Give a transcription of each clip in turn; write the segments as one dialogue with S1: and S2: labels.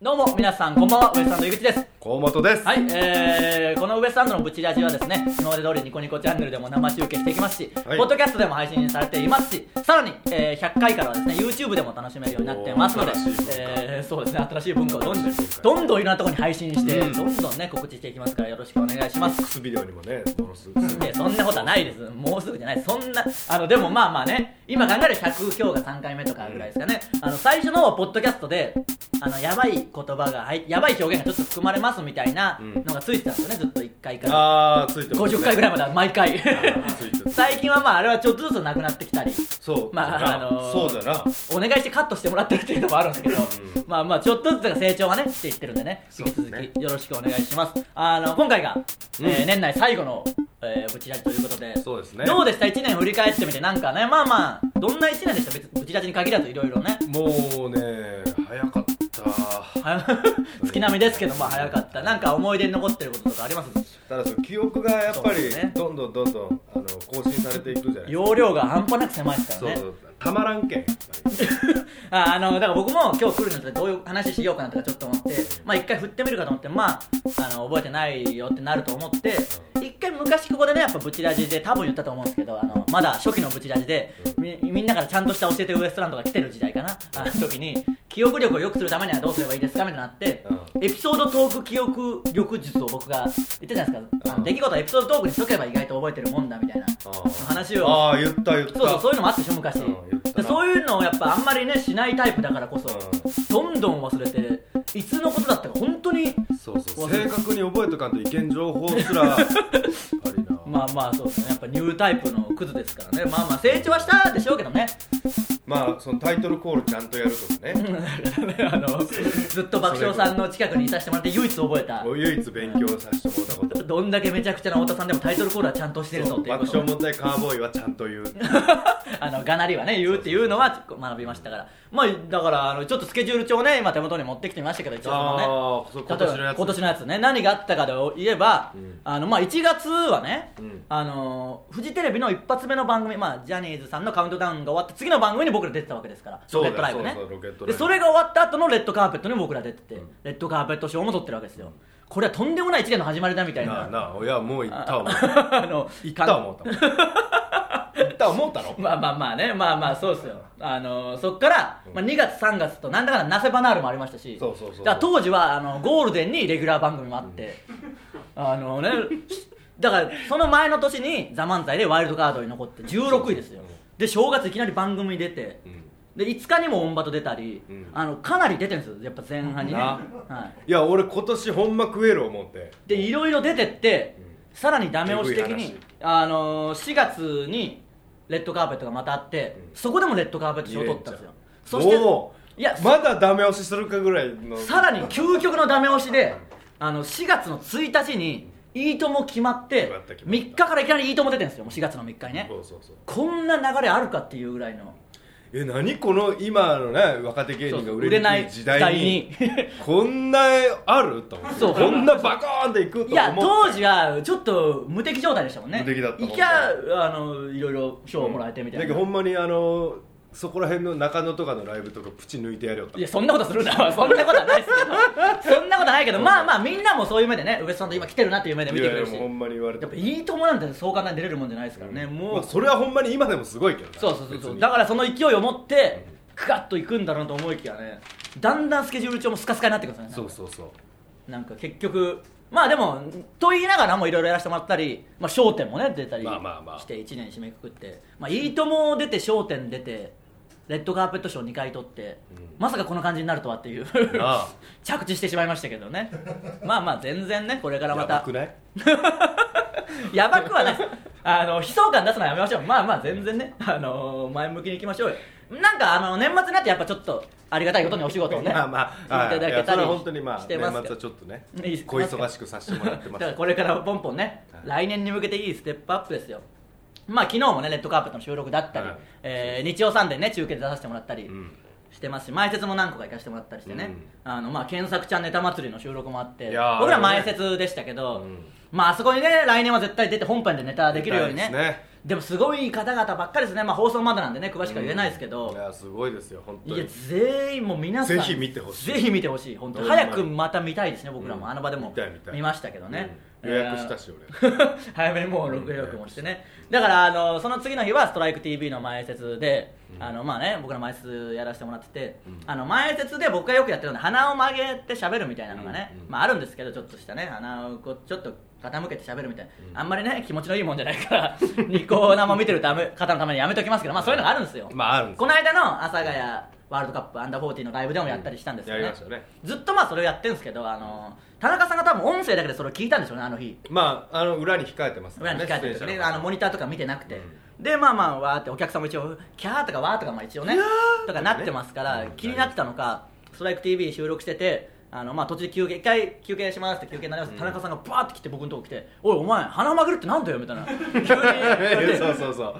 S1: どうも皆さんこんばんはウエストランド井口です
S2: 河本です。
S1: はい、えー、このウエストランドのブチラジはですね今まで通りニコニコチャンネルでも生中継していきますし、
S2: はい
S1: ポッドキャストでも配信されていますしさらに、えー100回からはですね YouTube でも楽しめるようになってますので
S2: おー新しい文化
S1: えーそうですね新しい文化をどんど
S2: 新
S1: ん
S2: しい文化
S1: どんどんいろんなところに配信して、
S2: うん
S1: どんどんね告知していきますからよろしくお願いします
S2: クスビデオにもね、ものす
S1: いやそんなことはないですもうすぐじゃないそんなあのでもまあまあね今考える100今日が3回目とかぐらいですかねあの最初のポッドキャストであのやばい言葉が入やばい表現がちょっと含まれますみたいなのがついてたんですよねずっと1回から
S2: あー、ついてます、
S1: 50回ぐらいま
S2: で。
S1: で毎回
S2: ついてる
S1: 最近はまああれはちょっとずつなくなってきたり
S2: そう。
S1: まあ
S2: だな
S1: あのー
S2: そうだな。
S1: お願いしてカットしてもらってるっていうのもあるんですけど、
S2: うん
S1: まあまあちょっとずつが成長はねしていってるんでね
S2: そ
S1: 引
S2: うで
S1: き
S2: すね
S1: 続きよろしくお願いしますあの今回が、えー
S2: うん
S1: 年内最後の、えーブチラジということで
S2: そうですね
S1: どうでした1年振り返ってみてなんかねまあまあどんな1年でした別にブチラジに限らずいろいろね
S2: もうね、早かった。
S1: は月並みですけどまあ早かったなんか思い出に残ってることとかあります
S2: ただその記憶がやっぱ
S1: そう
S2: り
S1: ですね、
S2: どんどんどんどん、あの、更新されていくじゃないです
S1: 容量が半端なく狭いです
S2: か。
S1: か
S2: そ
S1: ら
S2: う
S1: ね
S2: そう。たまらんけん。やっぱり
S1: ああのだから僕も今日来るのでどういう話しようかなとかちょっと思ってまあ一回振ってみるかと思ってまああの覚えてないよってなると思って一回昔ここでねやっぱブチラジで多分言ったと思うんですけどあのまだ初期のブチラジでみみんなからちゃんとした教えてウエストランドが来てる時代かなあの時に記憶力を良くするためにはどうすればいいですかみたいになってエピソードトーク記憶力術を僕が言ってたじゃないですかあの出来事はエピソードトークにしとけば意外と覚えてるもんだみたいな
S2: あ
S1: 話
S2: ー
S1: を
S2: あー、言った言った。
S1: そうそうそういうのもあったでしょ昔、
S2: うん言った
S1: で
S2: な
S1: そういうのをやっぱあんまりねしないタイプだからこそ、
S2: う
S1: どんどん忘れていつのことだったか本当に
S2: そうそう正確に覚えとかんといけん情報す らありな、ま
S1: まあまあそうですねやっぱニュータイプのクズですからねまあまあ成長はしたでしょうけど ね
S2: あそのタイトルコールちゃんとやるとかね
S1: あのずっと爆笑さんの近くにいさせてもらって唯一覚えた
S2: 唯一勉強させてもらったこと
S1: どんだけめちゃくちゃな太田さんでもタイトルコールはちゃんとしてるぞっていう
S2: 爆
S1: こと
S2: 笑問題カーボーイはちゃんと言う
S1: あのがなりはね言うっていうのは学びましたからまあだからあのちょっとスケジュール帳をね今手元に持ってきてみましたけど一応そのね
S2: あーそう今年のやつ
S1: 今年のやつね何があったかで言えば、
S2: うん
S1: あのまあ、1月はね、
S2: うん
S1: あのーフジテレビの一発目の番組、まあ、ジャニーズさんのカウントダウンが終わった次の番組に僕ら出てたわけですから
S2: そうだ
S1: ロケットライブね
S2: そうそうロケットライブ
S1: でそれが終わった後のレッドカーペットに僕ら出てて、
S2: うん
S1: レッドカーペット賞も取ってるわけですよこれはとんでもない1年の始まりだみたい
S2: な
S1: な
S2: あなあいやもう行ったわも う
S1: あの
S2: 行った思ったもん行った思ったの
S1: まあまあまあねまあまあそうですよあのーそっから、まあ、2月3月となんだかんだナセバナールもありましたし
S2: そうそうそう
S1: だから当時はあのゴールデンにレギュラー番組もあって、あのねだからその前の年に「ザ漫才でワイルドカードに残って16位ですよ
S2: うん
S1: で正月いきなり番組に出て
S2: うん
S1: で5日にもオンバト出たり、
S2: うん
S1: あのかなり出てるんですよやっぱ前半にね、
S2: な
S1: はい
S2: いや俺今年ほんま食える思って
S1: でいろいろ出てって、
S2: う
S1: さらにダメ押し的
S2: えぐい
S1: に、あのー4月にレッドカーペットがまたあって、
S2: うん
S1: そこでもレッドカーペット賞を取ったんですよそして
S2: もう
S1: いや
S2: まだダメ押しするかぐらいの
S1: さらに究極のダメ押しであの4月の1日に「いいとも」決まって
S2: 決まった決まった
S1: 3日からいきなり「いいとも」出てるんですよもう4月の3日にね
S2: そうそうそう
S1: こんな流れあるかっていうぐらいの
S2: え何この今のね若手芸人が
S1: そう
S2: 売れない時代に
S1: 売れない時代
S2: こんなあると思って
S1: そう
S2: こんなバコーンっていくと思って
S1: いや当時はちょっと無敵状態でしたもんね
S2: 無敵だった
S1: いきゃあのいろいろ賞をもらえてみたいな、
S2: だけどほんまにあのそこら辺の中野とかのライブとかプチ抜いてやるよった
S1: いやそんなことするな そんなことはないですけどそんなことはないけどまあまあみんなもそういう目でねウエストランド今来てるなっていう目で見てくれるし
S2: いやいやもうほんまに言われて
S1: やっぱいいともなんてそう簡単に出れるもんじゃないですからね、もう、
S2: まあ
S1: そ
S2: それはほんまに今でもすごいけどな
S1: うそうそう
S2: 別
S1: そう
S2: に
S1: だからその勢いを持ってクカッといくんだろうなと思いきやねだんだんスケジュール帳もスカスカになってくるんです
S2: そ
S1: よ
S2: う
S1: ね
S2: そうそう
S1: なんか結局まあでもと言いながらもいろいろやらせてもらったり『まあ、笑点』もね出たり
S2: まあまあまあ
S1: して1年締めくくって『まあ、いいとも』出て『笑点』出てレッドカーペット賞2回取って、
S2: うん
S1: まさかこの感じになるとはっていう
S2: ああ
S1: 着地してしまいましたけどねまあまあ全然ねこれからまた
S2: やばくない
S1: やばくはないですあの悲壮感出すのはやめましょうまあまあ全然ね、あのー前向きにいきましょうよなんかあの年末になってやっぱちょっとありがたいことにお仕事をね
S2: まあまあ
S1: させていただけ
S2: そ
S1: た
S2: れ
S1: り
S2: は本当にまあ
S1: して
S2: 年
S1: ます
S2: 末
S1: け
S2: は
S1: ど
S2: ちょっとね
S1: いいです
S2: 小忙しくさせてもらって
S1: だ
S2: ま
S1: か
S2: す
S1: らこれからポンポンね、来年に向けていいステップアップですよまあ昨日もねレッドカーペットの収録だったり、
S2: はい
S1: えー日曜サンデーね中継で出させてもらったり
S2: うん
S1: してますし、前説も何個か行かせてもらったりしてね、あのまあ検索ちゃんネタ祭りの収録もあって
S2: いやー
S1: 僕ら前説でしたけど、
S2: うん
S1: まああそこにね来年は絶対出て本編でネタできるようにね
S2: 出たいですね
S1: でもすごい方々ばっかりですね、まあ、放送までなんでね詳しくは言えないですけど、
S2: いやすごいですよ本当
S1: いや
S2: に
S1: 全員もう皆さん
S2: ぜひ見てほしい
S1: ぜひ見てほしい本当に
S2: うん
S1: 早くまた見たいですね僕らも、
S2: うん
S1: あの場でも
S2: 見たい見たい
S1: 見ましたけどね、
S2: うん予約したし
S1: えー 早めにもう録予約もしてねだからあのその次の日はストライク TV の前説で、
S2: うん
S1: あのまあね僕ら前説やらせてもらってて、
S2: うん
S1: あの前説で僕がよくやってるので鼻を曲げて喋るみたいなのがね、
S2: うんうん
S1: まああるんですけどちょっとしたね鼻をこうちょっと傾けて喋るみたいな、
S2: うん
S1: あんまりね気持ちのいいもんじゃないから ニコ生見てるため方のためにやめときますけどまあそういうのがあるんですよ、
S2: まああるんです
S1: この間の阿佐ヶ谷ワールドカップアンダー40のライブでもやったりしたんですよね,、
S2: うんやりましたね
S1: ずっとまあそれをやってるんですけどあの田中さんが多分音声だけでそれを聞いたんでしょうねあの日
S2: まああの裏に控えてます
S1: 親に控えてる
S2: 出
S1: か
S2: 演者
S1: ねあのモニターとか見てなくて、でまあまあわーってお客さんも一応キャーとかわーとかまあ一応ね
S2: いやー
S1: とかなってますから、
S2: うん
S1: 気になってたのかストライク TV 収録しててあのまあ途中で休憩一回休憩しますって休憩になります、
S2: うん
S1: 田中さんがバーって来て僕のとこ来て「おいお前鼻曲げるってなんだよ」みたいな急 に言われて
S2: そうそうそう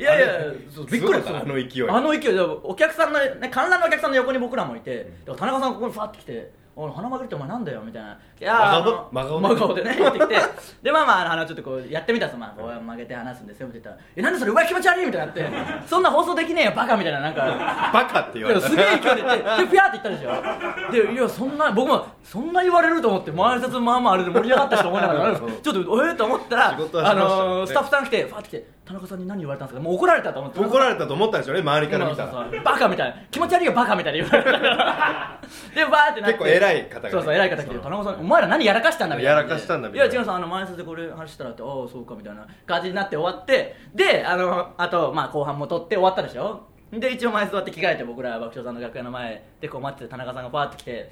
S1: いやいや
S2: あれ
S1: そうびっくりし
S2: す
S1: た
S2: ごいあの勢い
S1: あの勢いでお客さんの、ね、観覧のお客さんの横に僕らもいて、だから田中さんがここにファってきて「おい鼻曲げるってお前なんだよ」みたいな「いやーあ
S2: 真顔
S1: の
S2: 真
S1: 真
S2: 顔
S1: 顔でね」言ってきてでまあまああのちょっとこうやってみたんですよ、まあ、こう曲げて話すんですよって言ったら「えなんでそれ上気持ち悪い」みたいになって「そんな放送できねえよバカ」みたいななんか。
S2: バカって
S1: い
S2: 言われ
S1: や
S2: た
S1: すげえ勢いで言ってでピャーって言ったでしょでいやそんな僕もそんな言われると思って前説まあまああれで盛り上がったしと思いながら
S2: うん
S1: ちょっとええと思ったら、
S2: 仕事はしました
S1: あ
S2: よね
S1: のースタッフさん来てファーって来て田中さんに何言われたんですかもう怒られたと思って
S2: 怒られたと思ったんでしょうね周りから見た
S1: そう
S2: ら
S1: そうそうバカみたいな気持ち悪いよバカみたいな言われたからでバーってなって
S2: 結構偉い方がね
S1: そうそう偉い方が来
S2: そ
S1: て
S2: う
S1: 田中さんお前ら何やらかしたんだみたいな
S2: やらかしたんだみ
S1: み
S2: た
S1: たい
S2: い
S1: な
S2: な
S1: や違うさんあの前説でこれ話したらってああそうかみたいな感じになって終わってであのあとまあ後半も撮って終わったでしょで一応前座って着替えて僕ら爆笑さんの楽屋の前でこう待ってて田中さんがバーって来て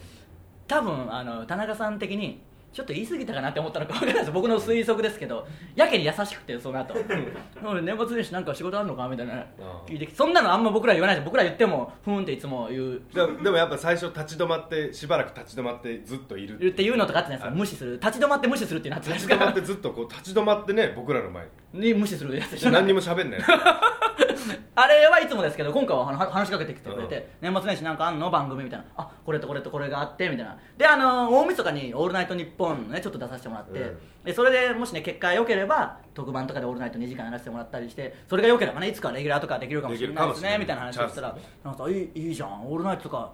S1: 多分あの田中さん的にちょっと言い過ぎたかなって思ったのか分からないです僕の推測ですけどやけに優しくてその 後おい年末年始なんか仕事あるのかみたいな聞いてきてそんなのあんま僕ら言わないです僕ら言ってもふーんっていつも言う
S2: でもでもやっぱ最初立ち止まってしばらく立ち止まってずっといる
S1: 言って言うのとかあってないですか
S2: あ
S1: 無視する立ち止まって無視するっていうのあってないで
S2: 立
S1: す
S2: ち止ま
S1: か
S2: ってずっとこう立ち止まってね僕ら の前に
S1: に無視するやつでしょ
S2: 何にも喋んない
S1: あれはいつもですけど今回は話話しかけてきてくれて、年末年始なんかあんの番組みたいなあこれとこれとこれがあってみたいなであのー大晦日に「オールナイトニッポン」ねちょっと出させてもらって、
S2: うん
S1: でそれでもしね結果が良ければ特番とかで「オールナイト」2時間やらせてもらったりしてそれが良ければねいつかレギュラーとかできるかもしれないですね
S2: で
S1: み
S2: き
S1: たい
S2: るか
S1: な
S2: もし
S1: 話
S2: れない
S1: をしたらなんかいいいいじゃん「オールナイト」とか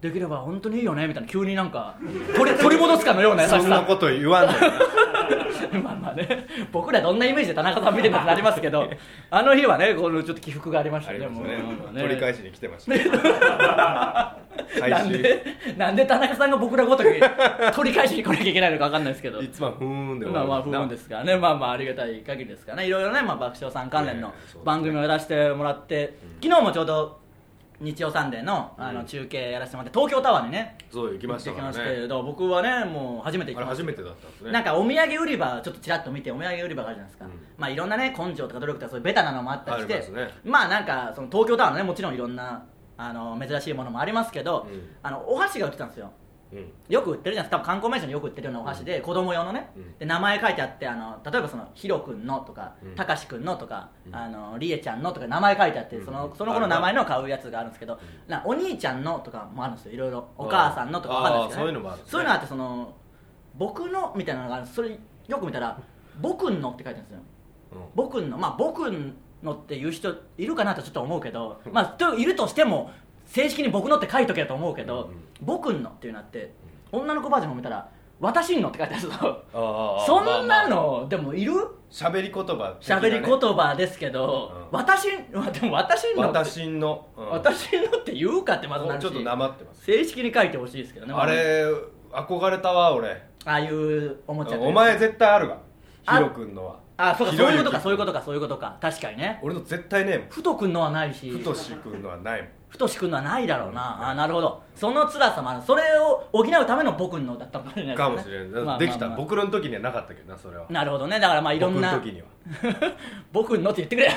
S1: できれば本当にいいよねみたいな急になんか取り取り戻すかのような優しさ
S2: そんなこと言わんのよ
S1: まあまあね僕らどんなイメージで田中さん見てたってなりますけど あの日はねこのちょっと起伏がありました
S2: あ
S1: ね
S2: りますね
S1: もうまあまあ
S2: 取り返しに来てました回収
S1: なんでなんで田中さんが僕らごとき取り返しに来なきゃいけないのか分かんないですけど
S2: いつもふーんで終
S1: まあまあ不運
S2: わ
S1: で
S2: る
S1: すからねまあまあありがたい限りですからねいろいろね、まあ、爆笑さん関連
S2: い
S1: の
S2: やいやそうですね
S1: 番組をやらせてもらって、昨日もちょうど日曜サンデーのあ
S2: うん
S1: の中継やらせてもらって東京タワーにね
S2: そう行きましたから
S1: 行ってきまし
S2: ね
S1: てだから僕はねもう初めて行
S2: あ
S1: き
S2: れ
S1: ました
S2: 初めてだったんですね
S1: なんかお土産売り場ちょっとちらっと見てお土産売り場があるじゃないですか、
S2: うん
S1: まあいろんなね根性とか努力とかそういうベタなのもあったりして
S2: ありますね
S1: まあなんかその東京タワーのねもちろんいろんなあの珍しいものもありますけど、
S2: うん
S1: あのお箸が売ってたんですよ
S2: うん
S1: よく売ってるじゃないですか多分観光名所によく売ってるようなお箸で、子供用のね、
S2: うん
S1: で名前書いてあってあの例えばそのヒロ君のとか
S2: うん
S1: たかし君のとか、
S2: うん
S1: あのリエちゃんのとか名前書いてあってその,、
S2: うん
S1: その子の名前のを買うやつがあるんですけど、なお兄ちゃんのとかもあるんですよいろいろお母さんのとかわかんないですけど、
S2: あーそういうのもあるんですね
S1: そういうのあってその僕のみたいなのがあるんですそれよく見た ら僕のって書いてあるんですよ
S2: うん
S1: 僕のまあ僕のっていう人いるかなとちょっと思うけど、まあと、いるとしても正式に僕のって書いとけと思うけど、
S2: うん
S1: 僕のっていうのあって女の子バージョンを見たら私のって書いてあるんですよ
S2: あーあー
S1: そんなの、
S2: まあまあ
S1: でもいる
S2: 喋り言葉的なね
S1: 喋り言葉ですけど、
S2: うん
S1: 私のでも私のって
S2: 私のうん
S1: 私のって言うかってまずなるし
S2: ちょっとなまってます
S1: 正式に書いてほしいですけどね
S2: あれ憧れたわ俺
S1: ああいうおもちゃというか
S2: お前絶対あるわ
S1: あ
S2: ヒロ君のは
S1: あそうか
S2: ひ
S1: そ
S2: ろ
S1: うい
S2: ゆ
S1: う
S2: き
S1: ことかそういうことかそういうことか確かにね
S2: 俺の絶対ね
S1: ふとくんのはないし
S2: えもんふとし君のはないもん
S1: ふとしくんのはないだろうな、あなるほどその辛さもあるそれを補うための僕のだったのかもしれないですね
S2: かもしれない、
S1: まあまあまあ
S2: できた、僕らの時にはなかったけどなそれは
S1: なるほどねだからまあいろんな
S2: 僕の時には
S1: 僕のって言ってくれ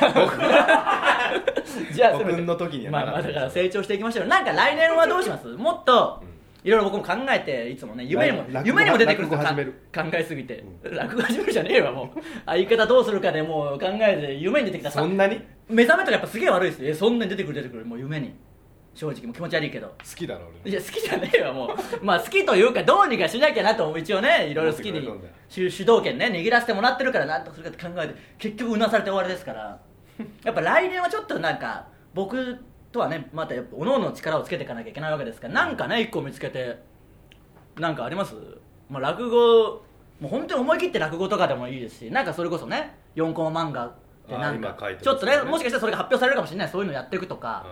S1: じゃあせめて
S2: 僕の時にはな
S1: ま
S2: か
S1: あ
S2: った
S1: まあだから成長していきましょうなんか来年はどうしますもっといろいろ僕も考えていつもね夢にも
S2: 落語
S1: 夢にも出てくるんですよ
S2: 落語始める
S1: か考えすぎて、落語始めるじゃねえわもう相方どうするかでもう考えて夢に出てきた
S2: そんなに
S1: 目覚めとかやっぱすげえ悪いですよえそんなに出てくる出てくるもう夢に正直もう気持ち悪いけど
S2: 好きだろ
S1: い
S2: 俺
S1: や好きじゃねえわもう まあ好きというかどうにかしなきゃなと一応ねいろいろ好きに
S2: 思ってくれたんだよ
S1: 主主導権ね握らせてもらってるからなんとかするかって考えて結局うなされて終わりですからやっぱ来年はちょっとなんか僕とはねまたやっぱ各々の力をつけていかなきゃいけないわけですからなんかね一個見つけてなんかあります、まあ、落語もう本当に思い切って落語とかでもいいですしなんかそれこそね4コマ漫画ってなん
S2: あー
S1: か
S2: 今書いてますね
S1: ちょっとねもしかしたらそれが発表されるかもしれないそういうのやっていくとか、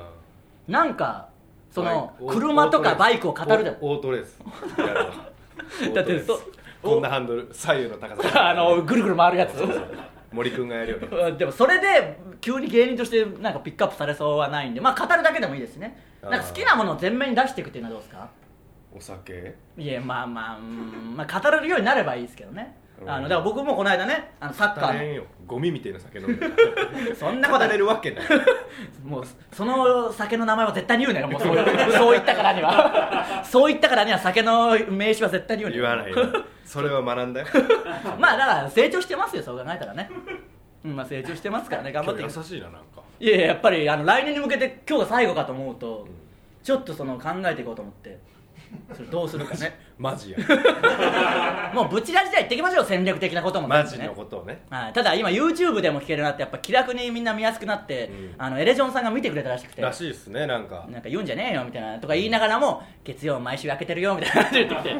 S1: なんかその
S2: バイク
S1: 車とかバイクを語るでも
S2: オートレ ースオートレースやろう
S1: だってそ
S2: オートレースこんなハンドル左右の高 さ
S1: あのぐるぐる回るやつ
S2: そうそう森くんがやるよね
S1: うんでもそれで急に芸人としてなんかピックアップされそうはないんでまあ語るだけでもいいですね
S2: あー
S1: なんか好きなものを前面に出していくっていうのはどうですか
S2: お酒
S1: いやまあまあ、うんまあ、語れるようになればいいですけどね
S2: うん
S1: あのだから僕もこの間ねあのサッカ
S2: 大
S1: ー
S2: 変よゴミみたいな酒飲んで
S1: の そんな
S2: な
S1: こ
S2: ことれるわけない
S1: もうその酒の名前は絶対に言うなよもうそうそう言ったからにはそう言ったからには酒の名詞は絶対に言うなよ
S2: 言わないよそれは学んだよ
S1: まあだから成長してますよそう考えたらね、 うん、まあ成長してますからね頑張ってい
S2: 今
S1: き
S2: 日優しいななんか
S1: いやいややっぱりあの来年に向けて今日が最後かと思うと、ちょっとその考えていこうと思ってそれどうするかね
S2: マジや
S1: もうぶちラジで言ってきましょう戦略的なことも全部ね
S2: マジのことをね
S1: はい、ただ今 YouTube でも聞けるなってやっぱ気楽にみんな見やすくなって、
S2: うん
S1: あのエレジョンさんが見てくれたらしくて
S2: らしいですねなんか
S1: なんか言うんじゃねえよみたいなとか言いながらも月曜毎週開けてるよみたいな話言ってきて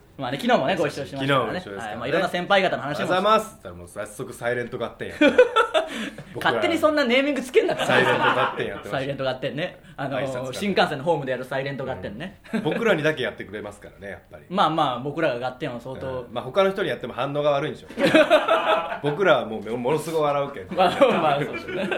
S1: まあね昨日もねご一緒しましたからね
S2: 昨日も一緒ですからね
S1: はいまあ、いろんな先輩方の話
S2: あ
S1: も
S2: ざますって言ったらもう早速サイレント合 点や
S1: 勝手にそん
S2: な
S1: なネーミングつけんなから
S2: サイレント合点やってま
S1: サイレ
S2: し
S1: ント合点ねあの
S2: 挨拶が
S1: 新幹線のホームでやるサイレント合点ね、
S2: た僕らにだけやってくれますからねやっぱり
S1: まあまあ僕らが合点は相当、
S2: うんまあ他の人にやっても反応が悪いん でしょ僕らはもうものすごい笑うけど
S1: ま あまあそうですね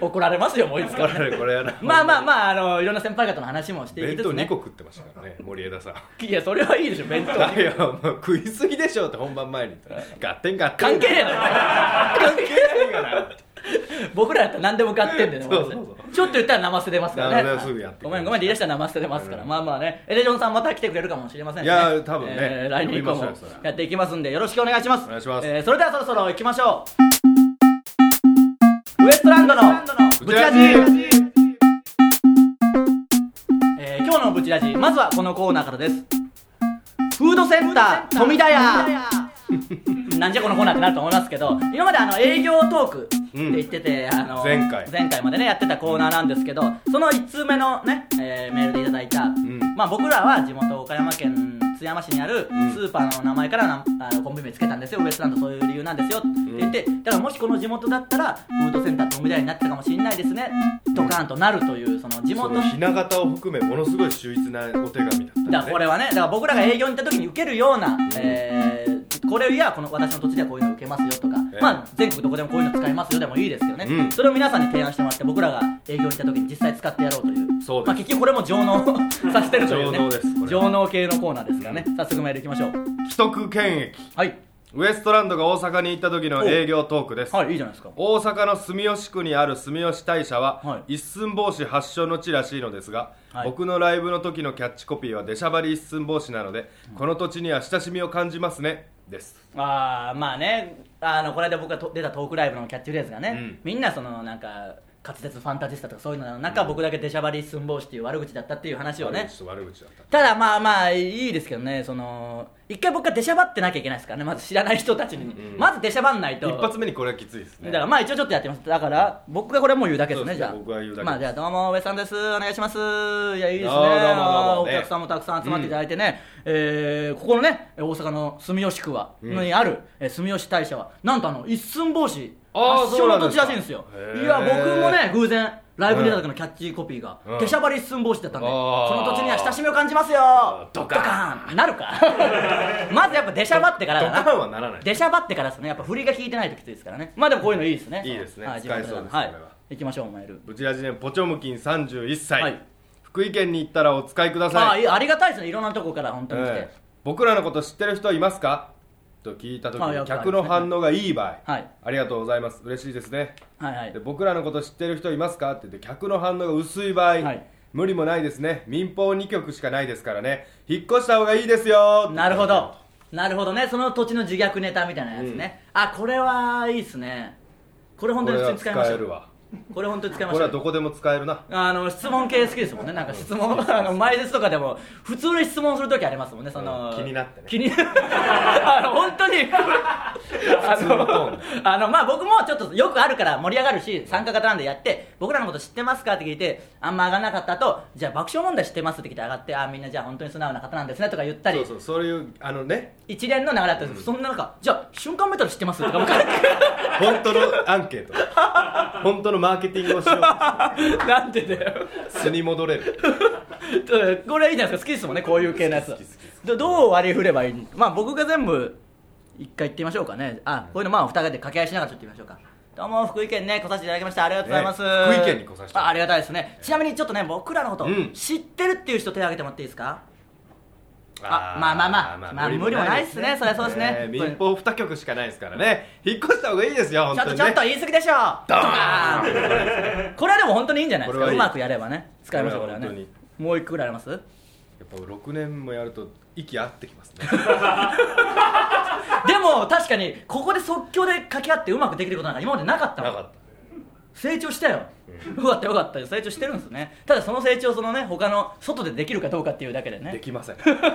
S1: 怒られますよもういつか
S2: こ
S1: ら
S2: れこれやな
S1: まあまあまああのいろんな先輩方の話もしてい
S2: 弁
S1: き
S2: 当
S1: つつ
S2: 2
S1: ね
S2: 個食ってました からね森枝さん
S1: いやそれはいいでしょ弁当
S2: だよもう食いすぎでしょって本番前に言ったら「合点合点」
S1: 関係ねえの
S2: 関係ないから
S1: 僕らだったら何でも買ってんでね
S2: そうそうそう
S1: ちょっと言ったら生捨て出ますから
S2: 生
S1: ね
S2: 捨てすぐやってくる
S1: ごめんごめんって言い出したら生捨て出ますから、
S2: うん
S1: まあまあねエレジョンさんまた来てくれるかもしれませんね
S2: いや多分ね
S1: えー来年以降
S2: 呼び
S1: も
S2: ましょうよそれ
S1: やっていきますんでよろしくお願いします
S2: お願いします
S1: えーそれではそろそろ行きましょうウエストランドのブチラジえー今日のブチラジまずはこのコーナーからですフードセンター富田屋なんじゃこのコーナーってなると思いますけど今まであの営業トークって言ってて、あの
S2: 前回
S1: 前回までねやってたコーナーなんですけどその1通目のね、えーメールでいただいた、
S2: ん
S1: まあ、僕らは地元岡山県津山市にあるス
S2: ん
S1: ーパーの名前からなあのコンビ名つけたんですよウエストランドそういう理由なんですよって言って、だからもしこの地元だったらフードセンター富田屋になってたかもしれないですねドカーンとなるというその地
S2: そ
S1: 元
S2: のひな形を含めものすごい秀逸なお手紙だったん
S1: だからこれはねだから僕らが営業に行った時に受けるような、えーこれやこの私の土地ではこういうの受けますよとか、
S2: ええ
S1: まあ、全国どこでもこういうの使いますよでもいいですけどね、
S2: うん
S1: それを皆さんに提案してもらって僕らが営業に行った時に実際使ってやろうという
S2: そうです
S1: まあ、結局これも上納 させてるというね
S2: 上納ですこれ
S1: 上納系のコーナーですからね早速メールいきましょう
S2: 既得権益
S1: はい
S2: ウエストランドが大阪に行った時の営業トークです、
S1: はいいいじゃないですか
S2: 大阪の住吉区にある住吉大社は、
S1: は
S2: 一寸法師発祥の地らしいのですが、
S1: はい
S2: 僕のライブの時のキャッチコピーは出しゃばり一寸法師なので、この土地には親しみを感じますねです
S1: あーまあねあのこの間僕がと出たトークライブのキャッチフレーズがね、
S2: うん
S1: みんなそのなんか滑舌ファンタジスタとかそういうのの中、僕だけ出しゃばり寸法師っていう悪口だったっていう話をね
S2: 悪口と悪口だった
S1: ただまあまあいいですけどねその一回僕が出しゃばってなきゃいけないですからねまず知らない人たちに、
S2: うん
S1: まず出しゃばんないと
S2: 一発目にこれはきついですね
S1: だからまあ一応ちょっとやってますだから僕がこれもう言うだけですね
S2: そう
S1: じ
S2: ですね
S1: ゃあ
S2: 僕が言うだけです
S1: まあじゃあどうも上さんですお願いしますいやいいですね
S2: どうもどうもどうも
S1: あーお
S2: ね
S1: 客さんもたくさん集まっていただいてね、えーここのね大阪の住吉区は、
S2: うん
S1: にある、えー住吉大社はなんとあの一寸法師
S2: あー
S1: 発祥の土地らしいんですよ
S2: そうなんで
S1: い
S2: すか
S1: や
S2: へ
S1: 僕
S2: ー
S1: もね偶然ライブに出た時のキャッチコピーが、
S2: うん
S1: 出しゃばり一寸法師だったんで
S2: あ
S1: こ
S2: ー
S1: の土地には親しみを感じますよ
S2: ドカ
S1: ンなるか まずやっぱ出しゃばってからだな
S2: ドカンはならない
S1: 出しゃばってからですねやっぱ振りが効いてないときついですからねまあでもこういうのいいですね
S2: いいですね
S1: はい、
S2: 使えそうです
S1: はい
S2: これは
S1: 行きましょうメール
S2: ブチラジネームポチョムキン31歳、
S1: はい
S2: 福井県に行ったらお使いくだ
S1: あ
S2: さ
S1: あ
S2: い
S1: いやありがたいですねいろんなとこから本当に来て、
S2: ええ僕らのこと知ってる人いますかと聞いた時
S1: あよくあ
S2: に
S1: ります
S2: 客の反応がいい場合、
S1: はい
S2: ありがとうございます嬉しいですね
S1: はいはい
S2: で僕らのこと知ってる人いますかって言って客の反応が薄い場合、
S1: はい
S2: 無理もないですね民放2局しかないですからね引っ越した方がいいですよ
S1: なるほどなるほどねその土地の自虐ネタみたいなやつね、あこれはいいですねこれ本当に普通に使いましょ
S2: これは使える
S1: う
S2: わ
S1: これ本当に使いま
S2: こ
S1: し
S2: れ
S1: ょ
S2: は
S1: う
S2: どこでも使えるな
S1: あの質問系好きですもんね、なんか質問、 あの前説とかでも、普通に質問するときありますもんね、その、
S2: うん気になってね
S1: 気に あの本当に、あ
S2: 通のトーン
S1: のあのまあ、僕もちょっとよくあるから盛り上がるし、参加型なんでやって、僕らのこと知ってますかって聞いて、あんま上がらなかったと、じゃあ爆笑問題知ってますって聞いて上がって、あみんなじゃあ本当に素直な方なんですねとか言ったり、
S2: そうそうそういうあのね
S1: 一連の流れだったんです、そんな中、じゃあ瞬間メタル知ってますとか、もう軽く
S2: 本当のアンケート本当のマーケティングをしよう
S1: なんでだよ。
S2: と素に戻れる
S1: うん これはいいじゃないですか好きですもんねこういう系のやつ
S2: 好き好き好き
S1: どどう割り振ればいいのまあ僕が全部一回言ってみましょうかねあこういうのまあお二人で掛け合いしながらちょっと言いましょうかどうも福井県ね来させていただきましたありがとうございます、
S2: ね福井県に来させて
S1: あありがたいですねちなみにちょっとね僕らのこと
S2: うん
S1: 知ってるっていう人手を挙げてもらっていいですか、あまあまあまあまあ無理もないっすねそりゃそうですね
S2: えー民放2局しかないですからね引っ越した方がいいですよ本
S1: ちょっと
S2: 当に
S1: ちょ
S2: ね
S1: っと言い過ぎでしょドカーン これはでも本当にいいんじゃないです
S2: こ
S1: か
S2: れはいうい
S1: まくやればね使いましょうこ
S2: こ
S1: れ
S2: れ
S1: は
S2: は
S1: ね
S2: 本当に
S1: もう一個ぐらいあります
S2: やっぱ6年もやると息合ってきますね
S1: でも確かにここで即興で掛け合ってうまくできることなんか今までなかったも
S2: なんかっ
S1: 成長したよ、よかったよかった成長してるんですねただその成長をそのね他の外でできるかどうかっていうだけで
S2: たで
S1: ね
S2: きません、
S1: じゃ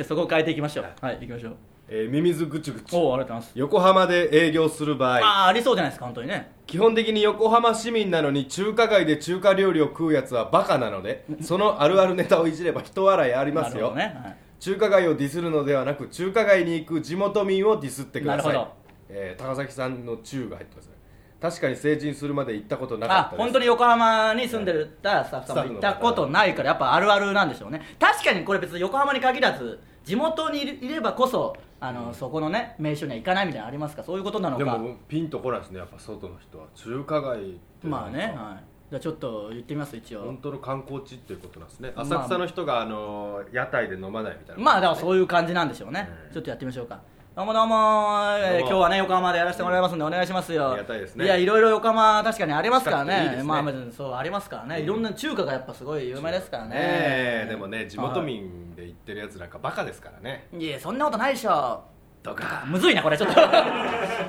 S1: あそこを変えていきましょうはい行きましょう
S2: えーミミズグチュグチュ
S1: おおありがとうございます
S2: 横浜で営業する場合
S1: ああありそうじゃないですか本当にね
S2: 基本的に横浜市民なのに中華街で中華料理を食うやつはバカなのでそのあるあるネタをいじれば人笑いあり
S1: な
S2: ま
S1: る
S2: す
S1: ほ
S2: よ、
S1: どね、はい
S2: 中華街をディスるのではなく中華街に行く地元民をディスってください
S1: なるほど
S2: えー高崎さんの「中」が入ってますね確かに成人するまで行ったことなかっ
S1: あ
S2: たです
S1: 本当に横浜に住んでるったスタッフさんも行ったことないからやっぱあるあるなんでしょうね確かにこれ別に横浜に限らず地元にいるいればこそあのそこのね名所には行かないみたいなのありますかそういうことなのか
S2: でもピンとこないですねやっぱ外の人は中華街って
S1: まあね、
S2: な
S1: は
S2: ん
S1: い
S2: か、
S1: じゃあちょっと言ってみます一応
S2: 本当の観光地っていうことなんですね
S1: まあ
S2: 浅草の人が、あのー屋台で飲まないみたいな
S1: まあだからそういう感じなんでしょうね、
S2: うん
S1: ちょっとやってみましょうかどうもどうもー、えー
S2: どうも
S1: 今日はね横浜でやらせてもらいますんでお願いしますよ
S2: ありがたいですね
S1: やいろいろ横浜確かにありますから
S2: 近くてい
S1: ね
S2: いですね
S1: まあまあそうありますからね、
S2: うん
S1: いろんな中華がやっぱすごい有名ですからね
S2: ねえでもね地元民で行ってるやつなんかバカですからね
S1: はいいやそんなことないでしょ
S2: とか
S1: むずいなこれちょっと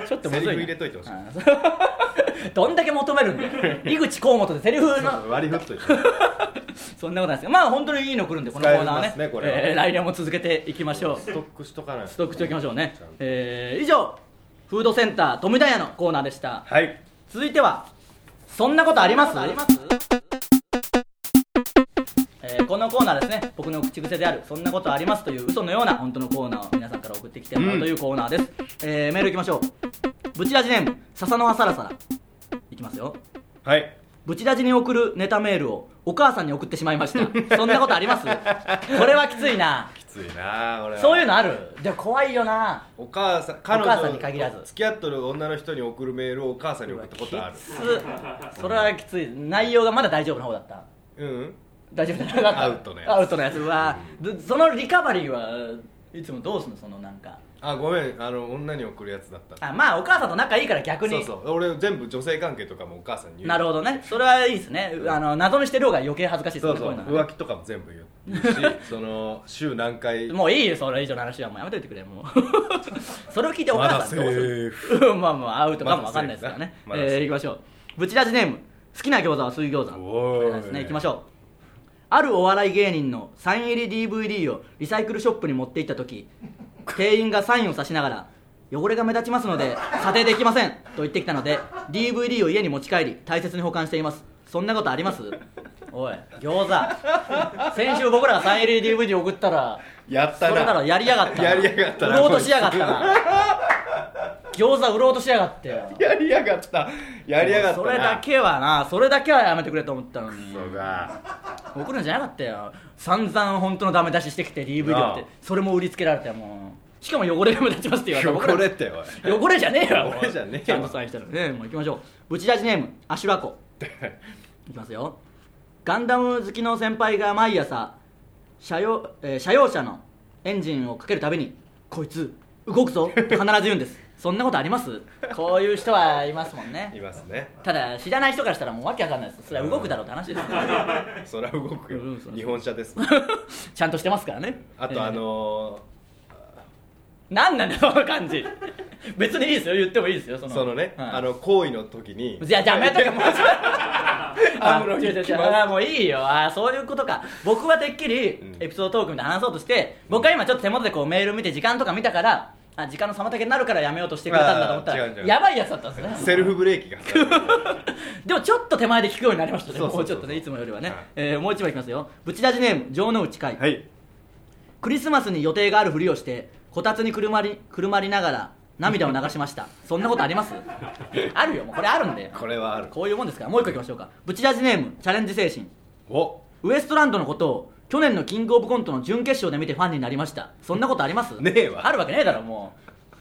S1: ちょっとむずいな
S2: セリフ入れといてほしい
S1: あー どんだけ求めるんだよ井口河本でセリフ の
S2: 割り振っ といて
S1: そんなことないですけどまあ本当にいいの来るんでこのコ
S2: 使え
S1: ーナー
S2: ま
S1: ね
S2: すねこれは
S1: えー来年も続けていきましょう
S2: ストックしとかないと
S1: ストックしておきましょうね
S2: ちゃんと、
S1: えー以上フードセンター富田屋のコーナーでした
S2: はい
S1: 続いてはそんなことありますえーこのコーナーですね僕の口癖であるそんなことありますという嘘のような本当のコーナーを皆さんから送ってきてもらうというコーナーです、えーメールいきましょうブチラジネーム笹の葉サラサラいきますよ
S2: はい
S1: ブチラジに送るネタメールをお母さんに送ってしまいましたそんなことありますこれはきついな
S2: きついな俺は
S1: そういうのあるでも怖いよな
S2: お母さん彼
S1: お母さんに限らず
S2: 女付き合っとる女の人に送るメールをお母さんに送ったことある
S1: きつそれはきつい内容がまだ大丈夫な方だった
S2: うん
S1: 大丈夫じゃなかった
S2: アウトのやつ
S1: アウトのやつは、どそのリカバリーはいつもどうすんのそのなんか
S2: あごめんあの女に送るやつだった
S1: あまあお母さんと仲いいから逆に
S2: そうそう俺全部女性関係とかもお母さんに言う
S1: なるほどねそれはいいですね、
S2: うん
S1: あの謎にしてる方が余計恥ずかしいですね
S2: そ
S1: こ
S2: うそう
S1: ういうのは
S2: 浮気とかも全部言う しその週何回
S1: もういいよそれ以上の話はもうやめと いてくれもうそれを聞いてお母さんどうする、 まあまあアウトかもわかんないですからね、
S2: まだセーフだまだセーフ
S1: えー、いきましょうブチラジネーム好きな餃子は水餃子
S2: おー
S1: こ
S2: い
S1: れですねいきましょうあるお笑い芸人のサイン入り DVD をリサイクルショップに持って行った時店員がサインを差しながら汚れが目立ちますので査定できませんと言ってきたので DVD を家に持ち帰り大切に保管していますそんなことありますおい餃子先週僕らがサイン入り DVD 送ったら
S2: やっ
S1: そ
S2: た
S1: れなら
S2: な
S1: やりやがったな
S2: やりやがったな
S1: 売ろうとしやがったな餃子売ろうとしやがってよ
S2: やりやがったやりやがったな
S1: それだけはなそれだけはやめてくれと思ったのに
S2: そうか
S1: 送るんじゃなかったよ散々本当のダメ出ししてきて DVD って
S2: なあ
S1: それも売りつけられてもうしかも汚れが目立ちますって言われて
S2: 汚れっ
S1: 僕
S2: ておい
S1: ら汚れじゃねえよ
S2: 汚れじゃねえよ
S1: ちゃんとサインしたらねもう行きましょうブチラジネームアシュラ コいきますよガンダム好きの先輩が毎朝車用,、えー車用車のエンジンをかけるたびに「こいつ動くぞ」と必ず言うんです そんなことありますこういう人はいますもん
S2: い
S1: ね
S2: ますね
S1: ただ知らない人からしたらもうわけわかんないですそれは動くだろうって話ですよ
S2: そりゃ動くよ
S1: うんそう
S2: 日本車です
S1: ちゃんとしてますからね
S2: あ
S1: えー
S2: とあのー
S1: なんなんだよその感じ別にいいですよ言ってもいいですよその
S2: そのね、
S1: はい
S2: あの行為の時に
S1: じゃあじゃあやめと けもう
S2: ア
S1: あ
S2: ムロに
S1: 違う違う違う
S2: 来ます
S1: あもういいよあそういうことか僕はてっきり
S2: ん
S1: エピソードトークみたいな話そうとして、僕は今ちょっと手元でこうメール見て時間とか見たからあ時間の妨げになるからやめようとしてくれたんだと思ったら
S2: あー違う違う
S1: やばいやつだったんですね
S2: セルフブレーキがさ
S1: でもちょっと手前で聞くようになりましたね
S2: そうそうそう
S1: もうちょっとねいつもよりはね、
S2: はい
S1: えーもう一枚いきますよブチラジネーム城之内海、
S2: はい
S1: クリスマスに予定があるふりをしてこたつにくるまりくるまりながら涙を流しましたそんなことあり ますあるよもうこれあるんで
S2: これはある
S1: こういうもんですからもう一個いきましょうかブチラジネームチャレンジ精神
S2: お
S1: ウエストランドのことを去年のキングオブコントの準決勝で見てファンになりましたそんなことあります
S2: ねえわ
S1: あるわけねえだろも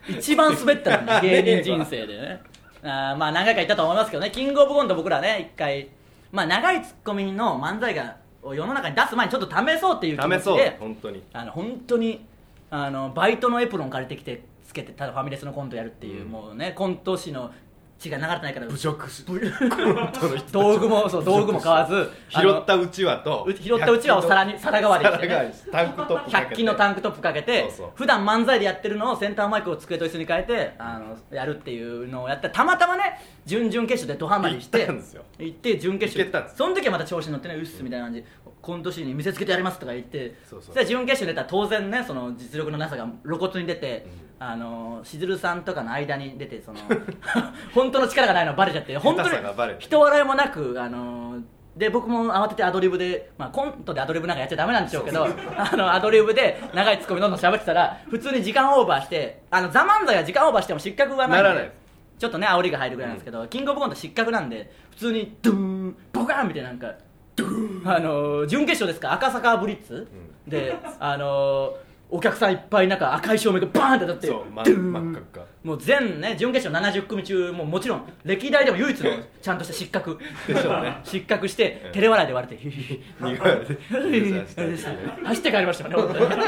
S1: う一番滑ったのに
S2: ねえわ
S1: 芸人人生でねあーまあ何回か言ったと思いますけどねキングオブコント僕らね一回まあ長いツッコミの漫才がを世の中に出す前にちょっと試そうっていう気持
S2: 試
S1: ち
S2: そう
S1: で
S2: 本当に
S1: あの本当にあのバイトのエプロン借りてきてつけてただファミレスのコントやるっていう、
S2: うん
S1: もうねコント師の血が流れてないから
S2: 侮辱し
S1: ぶ
S2: 当の人たち
S1: 道具もそう道具も買わずあ
S2: 拾
S1: の
S2: ったうちわと
S1: う拾ったうちわを皿に皿代わりにしてね
S2: 皿代わりしてタンクトップかけ
S1: 100
S2: て
S1: 均のタンクトップかけて
S2: そうそう
S1: 普段漫才でやってるのをセンターマイクを机と椅子に変えてあのやるっていうのをやってたまたまね準々決勝でドハマりして
S2: 行ったんですよ
S1: 行って準決
S2: 行けたんで
S1: 勝
S2: す
S1: その時はまた調子に乗ってねうっすみたいな感じ今年に見せつけてやりますとか言って
S2: そうそう
S1: したら準決勝出たら当然ねその実力のなさが露骨に出て、あのしずるさんとかの間に出てその 本当の力がないのバレちゃって本当に
S2: 下手さがバレて
S1: 人笑いもなくあので僕も慌ててアドリブで、まあ、コントでアドリブなんかやっちゃダメなんでしょうけ どあのアドリブで長いツッコミどんどん喋ってたら普通に時間オーバーしてあのザ・漫才は時間オーバーしても失格はないんで
S2: ならない
S1: ちょっとね煽りが入るぐらいなんですけど、キングオブコント失格なんで普通にドゥーンボカーンみたいななんかドゥーンあのー準決勝ですか赤坂ブリッツ、であのーお客さんいっぱいなんか赤い照明がバーンって立って
S2: そうま
S1: ドゥーン
S2: 真っ赤っか
S1: もう全ね準決勝70組中もうもちろん歴代でも唯一のちゃんとした失格
S2: でしょうね
S1: 失格して、
S2: うん
S1: 照れ笑いで割れてヒヒヒ
S2: 苦いで
S1: 走って帰りましたもんね本当に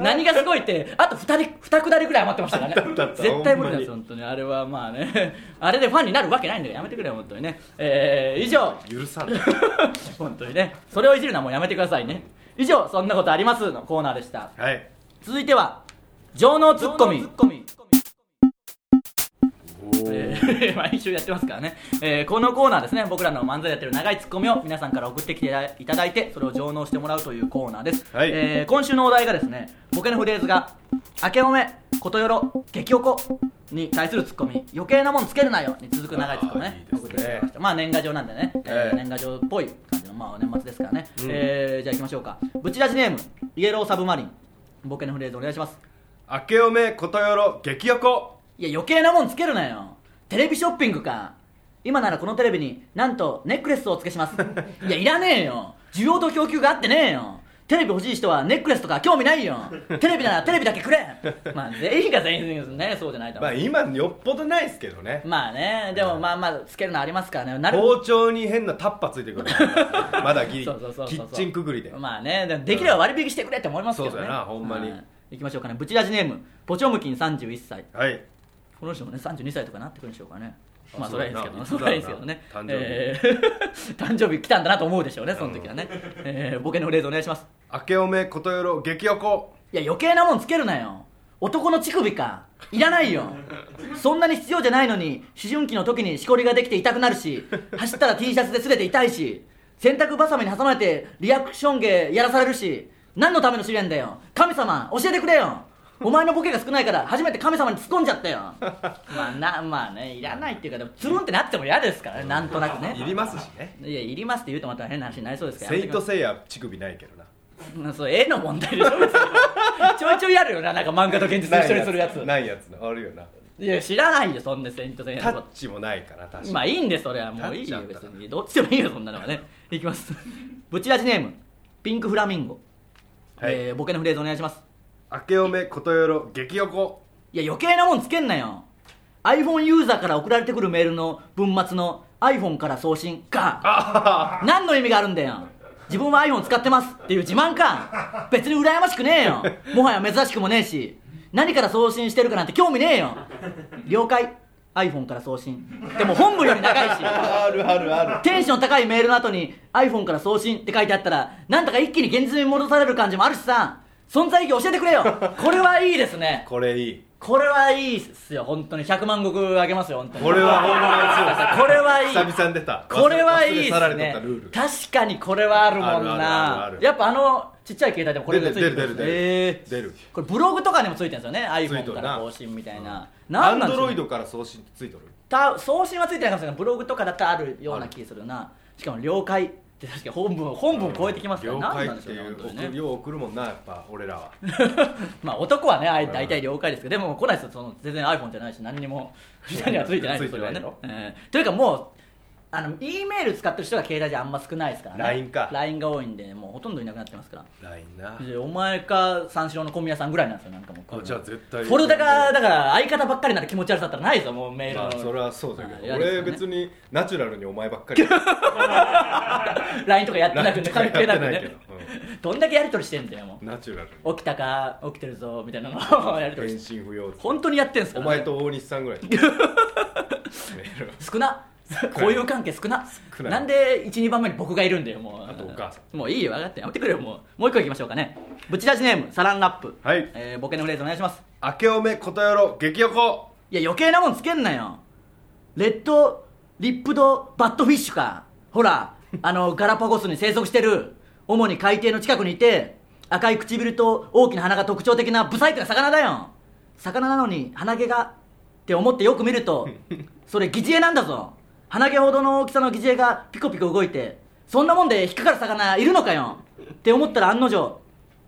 S1: 何がすごいってあと2人二下りぐらい余ってましたか
S2: あ
S1: ら
S2: っ
S1: ね
S2: たあった
S1: 絶対無理なんです
S2: ほん
S1: 本当にあれはまあねあれでファンになるわけないんだよやめてくれよ本当にねえー以上
S2: 許さない
S1: 本当にねそれをいじるのはもうやめてくださいね以上「そんなことあります」のコーナーでした
S2: はい
S1: 続いては情能ツッコミえー 毎週やってますからね、えーこのコーナーですね僕らの漫才やってる長いツッコミを皆さんから送ってきていただいてそれを上納してもらうというコーナーです、
S2: はい
S1: えー今週のお題がですねボケのフレーズが「明けおめことよろ激おこ」に対するツッコミ余計なもんつけるなよに続く長いツッコミね
S2: あーいいで
S1: 送
S2: すね
S1: ってきてもらいましたまあ年賀状なんでね、えー
S2: ええ
S1: 年賀状っぽい感じの、まあ、年末ですからね、
S2: うん
S1: えーじゃあ行きましょうかブチラジネームイエローサブマリンボケのフレーズお願いします
S2: 明けおめことよろ激横
S1: いや余計なもんつけるなよテレビショッピングか今ならこのテレビになんとネックレスをお付けします いやいらねえよ需要と供給があってねえよテレビ欲しい人はネックレスとか興味ないよテレビならテレビだけくれまあ全員が全員ですねそうじゃないと
S2: ま
S1: 思う、
S2: あ今よっぽどないですけどね
S1: まあねでもまあまあつけるのありますからねなる
S2: 包丁に変なタッパついてくるのまだギリ キ
S1: そうそうそうそう
S2: ッチンくぐりで
S1: まあねでもできれば割引してくれって思いますけどね
S2: そうだよなほんまに
S1: はい行きましょうかねブチラジネームポチョムキン31歳
S2: はい
S1: この人もね32歳とかなってくるんでしょうからね
S2: あ
S1: まあそれはいいですけどね
S2: そ
S1: そうれ
S2: だ
S1: はい
S2: ない
S1: ですけどね
S2: 誕生日
S1: えー 誕生日来たんだなと思うでしょうねその時はね、えーボケのフレーズお願いします
S2: 明けおめことよろ激横
S1: いや余計なもんつけるなよ男の乳首かいらないよそんなに必要じゃないのに思春期の時にしこりができて痛くなるし走ったら T シャツで擦れて痛いし洗濯バサミに挟まれてリアクション芸やらされるし何のための試練だよ神様教えてくれよお前のボケが少ないから初めて神様に突っ込んじゃったよまあなまあねいらないっていうかでもつるんってなっても嫌ですからねなんとなくね
S2: いりますしね
S1: いやいりますって言うとまた変な話になりそうですから
S2: セイントセイヤ乳首ないけどな
S1: うんそう絵の問題でしょ別にちょいちょいあるよななんか漫画と現実一緒にするやつ
S2: ないやつなあるよない
S1: や知らないよそんなセイントセイヤ
S2: タ
S1: の
S2: ッ
S1: こ
S2: チもないから確か
S1: と
S2: に、
S1: まあいいんでそれはもういいよ
S2: 立っ
S1: 別
S2: ちゃった
S1: にどっちでもいいよそんなのはねいきますブチラジネームピンクフラミンゴ、
S2: はい
S1: えーボケのフレーズお願いします
S2: 明けおめことよろ激横
S1: いや余計なもんつけんなよ iPhone ユーザーから送られてくるメールの文末の iPhone から送信か何の意味があるんだよ自分は iPhone 使ってますっていう自慢か別に羨ましくねえよもはや珍しくもねえし何から送信してるかなんて興味ねえよ了解 iPhone から送信でも本部より長いし
S2: あるあるある
S1: テンション高いメールの後に iPhone から送信って書いてあったらなんだか一気に現実に戻される感じもあるしさ存在意義教えてくれよこれはいいですね
S2: これいい
S1: これはいいっすよ本当に100万石あげますよ本当に
S2: これは本物の強 さ
S1: これはいい
S2: 久々に出た
S1: これはいいっ
S2: 忘れ去ら
S1: す
S2: れとった
S1: ね
S2: ルール
S1: 確かにこれはあるもん
S2: あるあるある
S1: な
S2: ある
S1: やっぱあのちっちゃい携帯でもこれ
S2: 出
S1: が
S2: る
S1: つい
S2: 出
S1: て
S2: る
S1: るん
S2: 出る出
S1: です
S2: る、
S1: え
S2: 出る
S1: これブログとかにもついてるんですよね
S2: ついと
S1: iPhone
S2: る
S1: か
S2: な
S1: ら更新みたいな
S2: ア
S1: 何
S2: ン
S1: なんでし
S2: ド
S1: ょ
S2: ロ
S1: う
S2: イドから送信ついとる
S1: た送信はついてないかもしれないけどブログとかだったらあるような気するなしかも了解って確かに本文本文超えてきますから
S2: 了
S1: 何
S2: 解
S1: なん
S2: っ
S1: でしてょうね
S2: い
S1: 本
S2: う
S1: 当に
S2: 送る
S1: ね
S2: よう送るもんなやっぱ俺らは
S1: まあ男はねあい
S2: うん
S1: 大体了解ですけどでも来ないですよその全然 iPhone じゃないし何にも下にはついてないですそれはね
S2: ついてないよ
S1: えーというかもうあの E メール使ってる人が携帯じゃあんま少ないですからね
S2: LINE か
S1: LINE が多いんでもうほとんどいなくなってますから
S2: LINE な
S1: でお前か三四郎の小宮さんぐらいなんですよなんかも
S2: あ
S1: う
S2: じゃあ絶対
S1: フォルダがだから相方ばっかりになる気持ち悪さったらないですよもうメールの、
S2: まあそれはそうだけど
S1: はい嫌です
S2: 俺
S1: よね
S2: 別にナチュラルにお前ばっ かり
S1: ラインとかやってなくて関係なく
S2: や
S1: ね
S2: ってないけど
S1: どんだけやり取りしてんだよも
S2: ナチュラル
S1: う起きたか起きてるぞみたいなのを やり取り
S2: 返
S1: して
S2: 信不要
S1: 本当にやってんすか
S2: お
S1: ら、ね、
S2: 前と大西 さんぐらいメール
S1: 少な交友関係少な
S2: 少ない
S1: なんで12番目に僕がいるんだよもう
S2: あとお母さ
S1: もういいよ分かってやめてくれよもうもう一個いきましょうかねブチラジネームサランラップ
S2: はい
S1: えーボケのフレーズお願いします
S2: 明けおめことよろ激横
S1: いや余計なもんつけんなよレッドリップドバットフィッシュかほらあのガラパゴスに生息してる主に海底の近くにいて赤い唇と大きな鼻が特徴的なブサイクな魚だよ魚なのに鼻毛がって思ってよく見るとそれ疑似餌なんだぞ鼻毛ほどの大きさの疑似餌がピコピコ動いてそんなもんで引っかかる魚いるのかよって思ったら案の定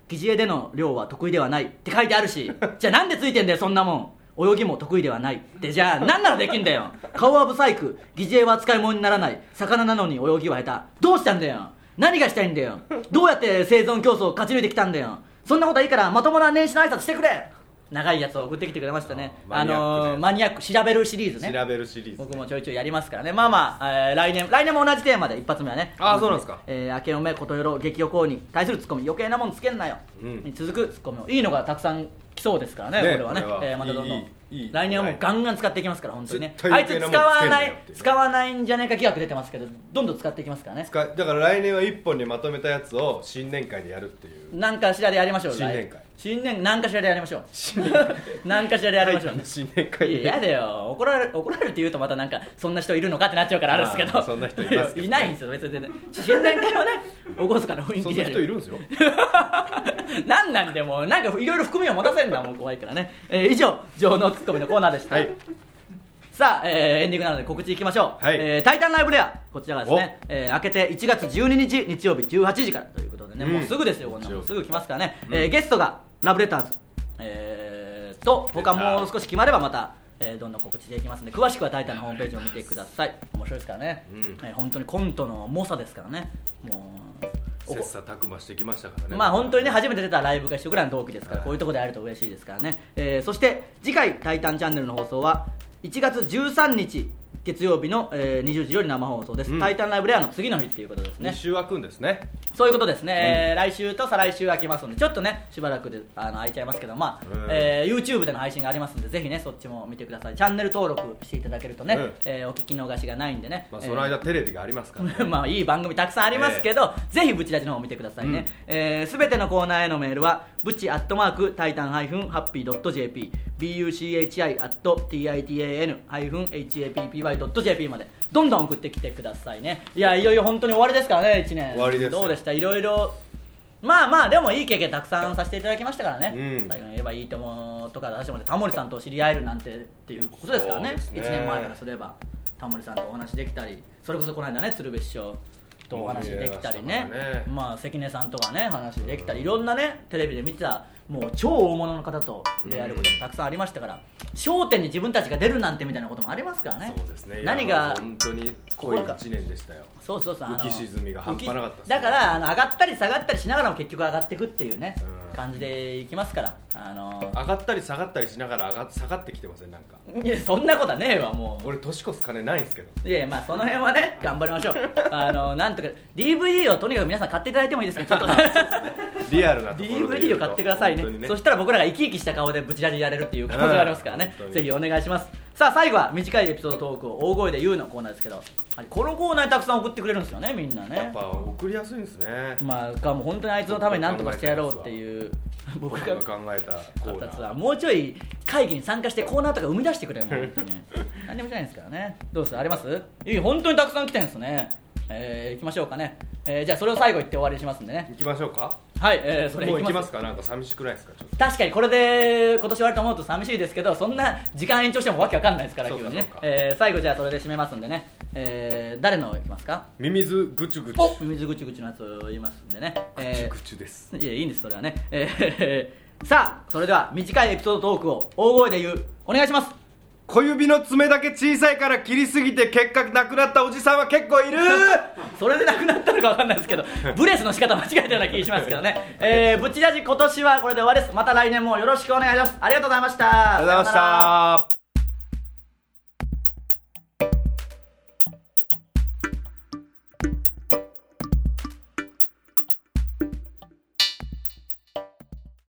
S1: 疑似餌での漁は得意ではないって書いてある しじゃあなんでついてんだよそんなもん泳ぎも得意ではないってじゃあ何ならできんだよ顔はブサイク疑似餌は使い物にならない魚なのに泳ぎは下手どうしたんだよ何がしたいんだよどうやって生存競争を勝ち抜いてきたんだよそんなことはいいからまともな年始の挨拶してくれ長いやつを送ってきてくれましたね
S2: あー
S1: あ
S2: マニアック
S1: の
S2: なやつ
S1: ーマニアック調べるシリーズね
S2: 調べるシリーズ
S1: 僕もちょいちょいやりますからねまあまあ、えー来年来年も同じテーマで一発目はね
S2: あーそうなんですか
S1: えー明けおめことよろ激横に対するツッコミ余計なもんつけんなよ、
S2: うん
S1: に続くツッコミをいいのがたくさん来そうですからね
S2: ね
S1: これはね
S2: これは
S1: えーまたどんどん
S2: いいいいいい
S1: 来年はもうガンガン使っていきますから本当にね
S2: 絶
S1: あ
S2: 対
S1: い
S2: 余
S1: つ
S2: 計なもん
S1: 使わ
S2: つけんな
S1: な
S2: よ
S1: い
S2: っていう
S1: 使わないんじゃないか疑惑出てますけどどんどん使っていきますからね
S2: 使いだから来年は一本にまとめたやつを新年会でやるっていう
S1: 何かしらでやりましょう
S2: 新年会
S1: 新年何かしらでやりましょ う何かしら でやりましょうね
S2: 新年会
S1: いややだよ怒られる怒られるって言うとまたなんかそんな人いるのかってなっちゃうからあるんですけ
S2: ま
S1: ど
S2: あそんな人いますけど
S1: いないんですよ別に全然新年会はねおごそかな雰囲
S2: そ
S1: 気
S2: ん
S1: で
S2: な
S1: や
S2: 人い
S1: る
S2: るんです よ
S1: なんなんでもうなんかいろいろ含みを持たせるんだもう怖いからね、えー以上情のツッコミのコーナーでした、
S2: はい
S1: さあ、えーエンディングなので告知いきましょう「
S2: はい
S1: えータイタンライブレア」こちらがですね、えー明けて1月12日日曜日18時からということでね、
S2: うん
S1: もうすぐですよこんな
S2: 日曜
S1: の
S2: 日
S1: すぐ来ますからね、えーゲストがラブレターズ、えーと他もう少し決まればまた、えーどんどん告知していきますんで詳しくは「タイタン」のホームページを見てください面白いですからね、
S2: うん
S1: えー本当にコントの猛者ですからねもうお
S2: 切磋琢磨してきましたからね
S1: まあ本当にね
S2: は
S1: 初めて出たライブが一緒ぐらいの同期ですから
S2: はい
S1: こういうところで会えると嬉しいですからね、えーそして次回「タイタンチャンネル」の放送は1月13日月曜日の、えー20時より生放送です、
S2: うん
S1: タイタンライブレアの次の日っていうことです
S2: 2
S1: ね
S2: 週空くんですね
S1: そういうことですね、えー来週と再来週空きますんでちょっとねしばらくであの空いちゃいますけどまあ、
S2: うん
S1: えー YouTube での配信がありますんでぜひねそっちも見てくださいチャンネル登録していただけるとね、
S2: うん
S1: えーお聞き逃しがないんでね、
S2: まあ
S1: えー
S2: その間テレビがありますからね
S1: まあいい番組たくさんありますけど、ぜひブチラジの方を見てくださいね、えーすべてのコーナーへのメールはブチアットマークタイタンハイフンハッピードット JP buchi アット titan ハイフン happy ドット JP までどんどん送ってきてくださいねいやいよいよ本当に終わりですからね一年
S2: 終わりですよ
S1: どうでしたいろいろまあまあでもいい経験たくさんさせていただきましたからね、
S2: うん
S1: 最後に言えばいいともとか出してもらってタモリさんと知り合えるなんてっていうことですからね
S2: そうですね
S1: 1年前からすればタモリさんとお話できたりそれこそこの間ね鶴瓶師匠とお話できたりね
S2: 盛り上がりましたからね
S1: まあ関根さんとかね話できたりいろんなねテレビで見てたもう超大物の方と出会えることもたくさんありましたから『笑点』に自分たちが出るなんてみたいなこともありますからね
S2: そうですねいや
S1: 何が
S2: 本当に濃い1年でしたよ
S1: そうそうそうあの
S2: 浮き沈みが半端なかったっすね
S1: 浮きだからあの上がったり下がったりしながらも結局上がっていくっていうね、
S2: うん
S1: 感じでいきますからあの
S2: 上がったり下がったりしながら上が下がってきてませんなんか
S1: いやそんなことはねえわもう
S2: 俺年越す金ないんすけど
S1: いやいやまあその辺はね頑張りましょうあのなんとか DVD をとにかく皆さん買っていただいてもいいですけ どちょっと
S2: リアルなところで言うと
S1: DVD を買ってくださいね
S2: 本当に
S1: そしたら僕らが生き生きした顔でブチラジやれるっていう可能性がありますからね
S2: うん
S1: ぜひお願いしますさあ最後は短いエピソードトークを大声で言うのコーナーですけどはいこのコーナーにたくさん送ってくれるんですよねみんなね
S2: やっぱ送りやすいんですね
S1: まあがもう本当にあいつのためになんとかしてやろうっていう僕
S2: 僕
S1: が
S2: が考えるたコーナ
S1: 発達
S2: ー
S1: はもうちょい会議に参加してコーナーとか生み出して くれよもう本当に何でもしないんですからねどうするありますいい本当にたくさん来てんですねえー、行きましょうかね、えー、じゃあそれを最後言って終わりにしますんでね
S2: 行きましょうか
S1: はい、えー、それ
S2: もう行きますすかなんか寂しくないですかちょっと
S1: 確かにこれで今年終わると思うと寂しいですけどそんな時間延長してもわけわかんないですから
S2: そうか
S1: 今日ね
S2: そうか、
S1: えー、最後じゃあそれで締めますんでね、えー、誰のいきますか
S2: ミミズぐちゅぐちゅ
S1: お水ぐちぐちのやつを言いますんでね、
S2: ぐちゅ
S1: え
S2: ぐちゅです
S1: ー、いやいいんですそれはね、えー、さあそれでは短いエピソードトークを大声で言うお願いします
S2: 小指の爪だけ小さいから切りすぎて結果なくなったおじさんは結 構いる
S1: それでなくなったのかわかんないです けどブレスの仕方間違えたような気がしますけどね、えー、ブチラジ今年はこれで終わりですまた来年もよろしくお願いしますありがとうございましたあ
S2: ありがとうございました